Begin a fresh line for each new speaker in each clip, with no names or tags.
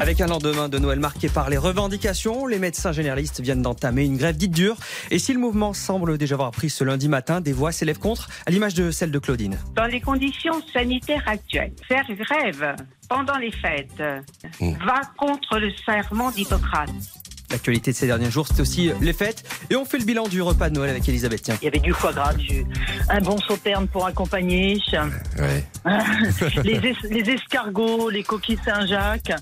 Avec un lendemain de Noël marqué par les revendications, les médecins généralistes viennent d'entamer une grève dite dure. Et si le mouvement semble déjà avoir pris ce lundi matin, des voix s'élèvent contre, à l'image de celle de Claudine.
Dans les conditions sanitaires actuelles, faire grève pendant les fêtes va contre le serment d'Hippocrate.
L'actualité de ces derniers jours, c'est aussi les fêtes. Et on fait le bilan du repas de Noël avec Elisabeth. Tiens.
Il y avait du foie gras, du- un bon sauterne pour accompagner, les, es- les escargots, les coquilles Saint-Jacques.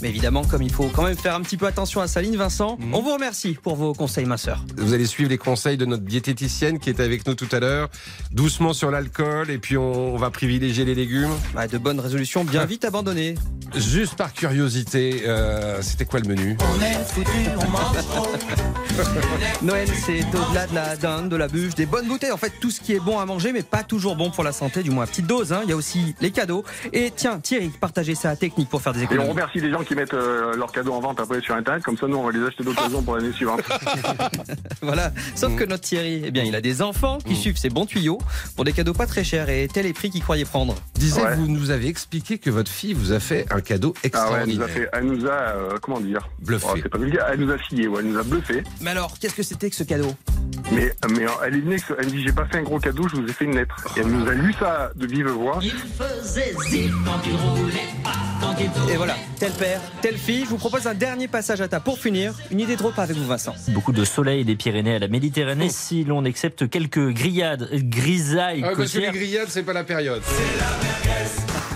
Mais évidemment, comme il faut quand même faire un petit peu attention à sa ligne, Vincent, on vous remercie pour vos conseils, ma sœur.
Vous allez suivre les conseils de notre diététicienne qui est avec nous tout à l'heure. Doucement sur l'alcool et puis on, on va privilégier les légumes.
Bah, de bonnes résolutions bien vite abandonnées.
Juste par curiosité, euh, c'était quoi le menu
Noël, c'est au-delà de la dinde, de la bûche, des bonnes bouteilles. En fait, tout ce qui est bon à manger, mais pas toujours bon pour la santé, du moins à petite dose. hein. Il y a aussi les cadeaux. Et tiens, Thierry, partagez sa technique pour faire des
Et on
économies.
remercie les gens qui mettent euh, leurs cadeaux en vente après sur Internet, comme ça nous on va les acheter d'occasion pour l'année suivante.
Voilà. Sauf
Mmh.
que notre Thierry, eh bien, il a des enfants qui suivent ses bons tuyaux pour des cadeaux pas très chers et tels les prix qu'il croyait prendre.
Disait
Ouais.
vous nous avez expliqué que votre fille vous a fait un cadeau
Ah ouais,
extraordinaire.
elle nous a fait, elle nous a, euh, comment dire
Bluffé.
Oh, c'est pas vulgaire, elle nous a scié, ouais, elle nous a bluffé.
Mais alors, qu'est-ce que c'était que ce cadeau
Mais, mais euh, elle est venue, avec ce- elle me dit j'ai pas fait un gros cadeau, je vous ai fait une lettre. Et elle nous a lu ça de vive voix.
Et voilà, tel père, telle fille. Je vous propose un dernier passage à ta pour finir. Une idée de repas avec vous, Vincent.
Beaucoup de soleil des Pyrénées à la Méditerranée, si l'on accepte quelques grillades, euh, grisailles
Ah, parce que les
côtières.
grillades, c'est pas la période.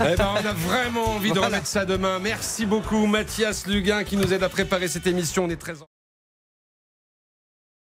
Eh ben, on a vraiment envie de remettre ça demain. Merci beaucoup, Mathias Luguin, qui nous aide à préparer cette émission. On est très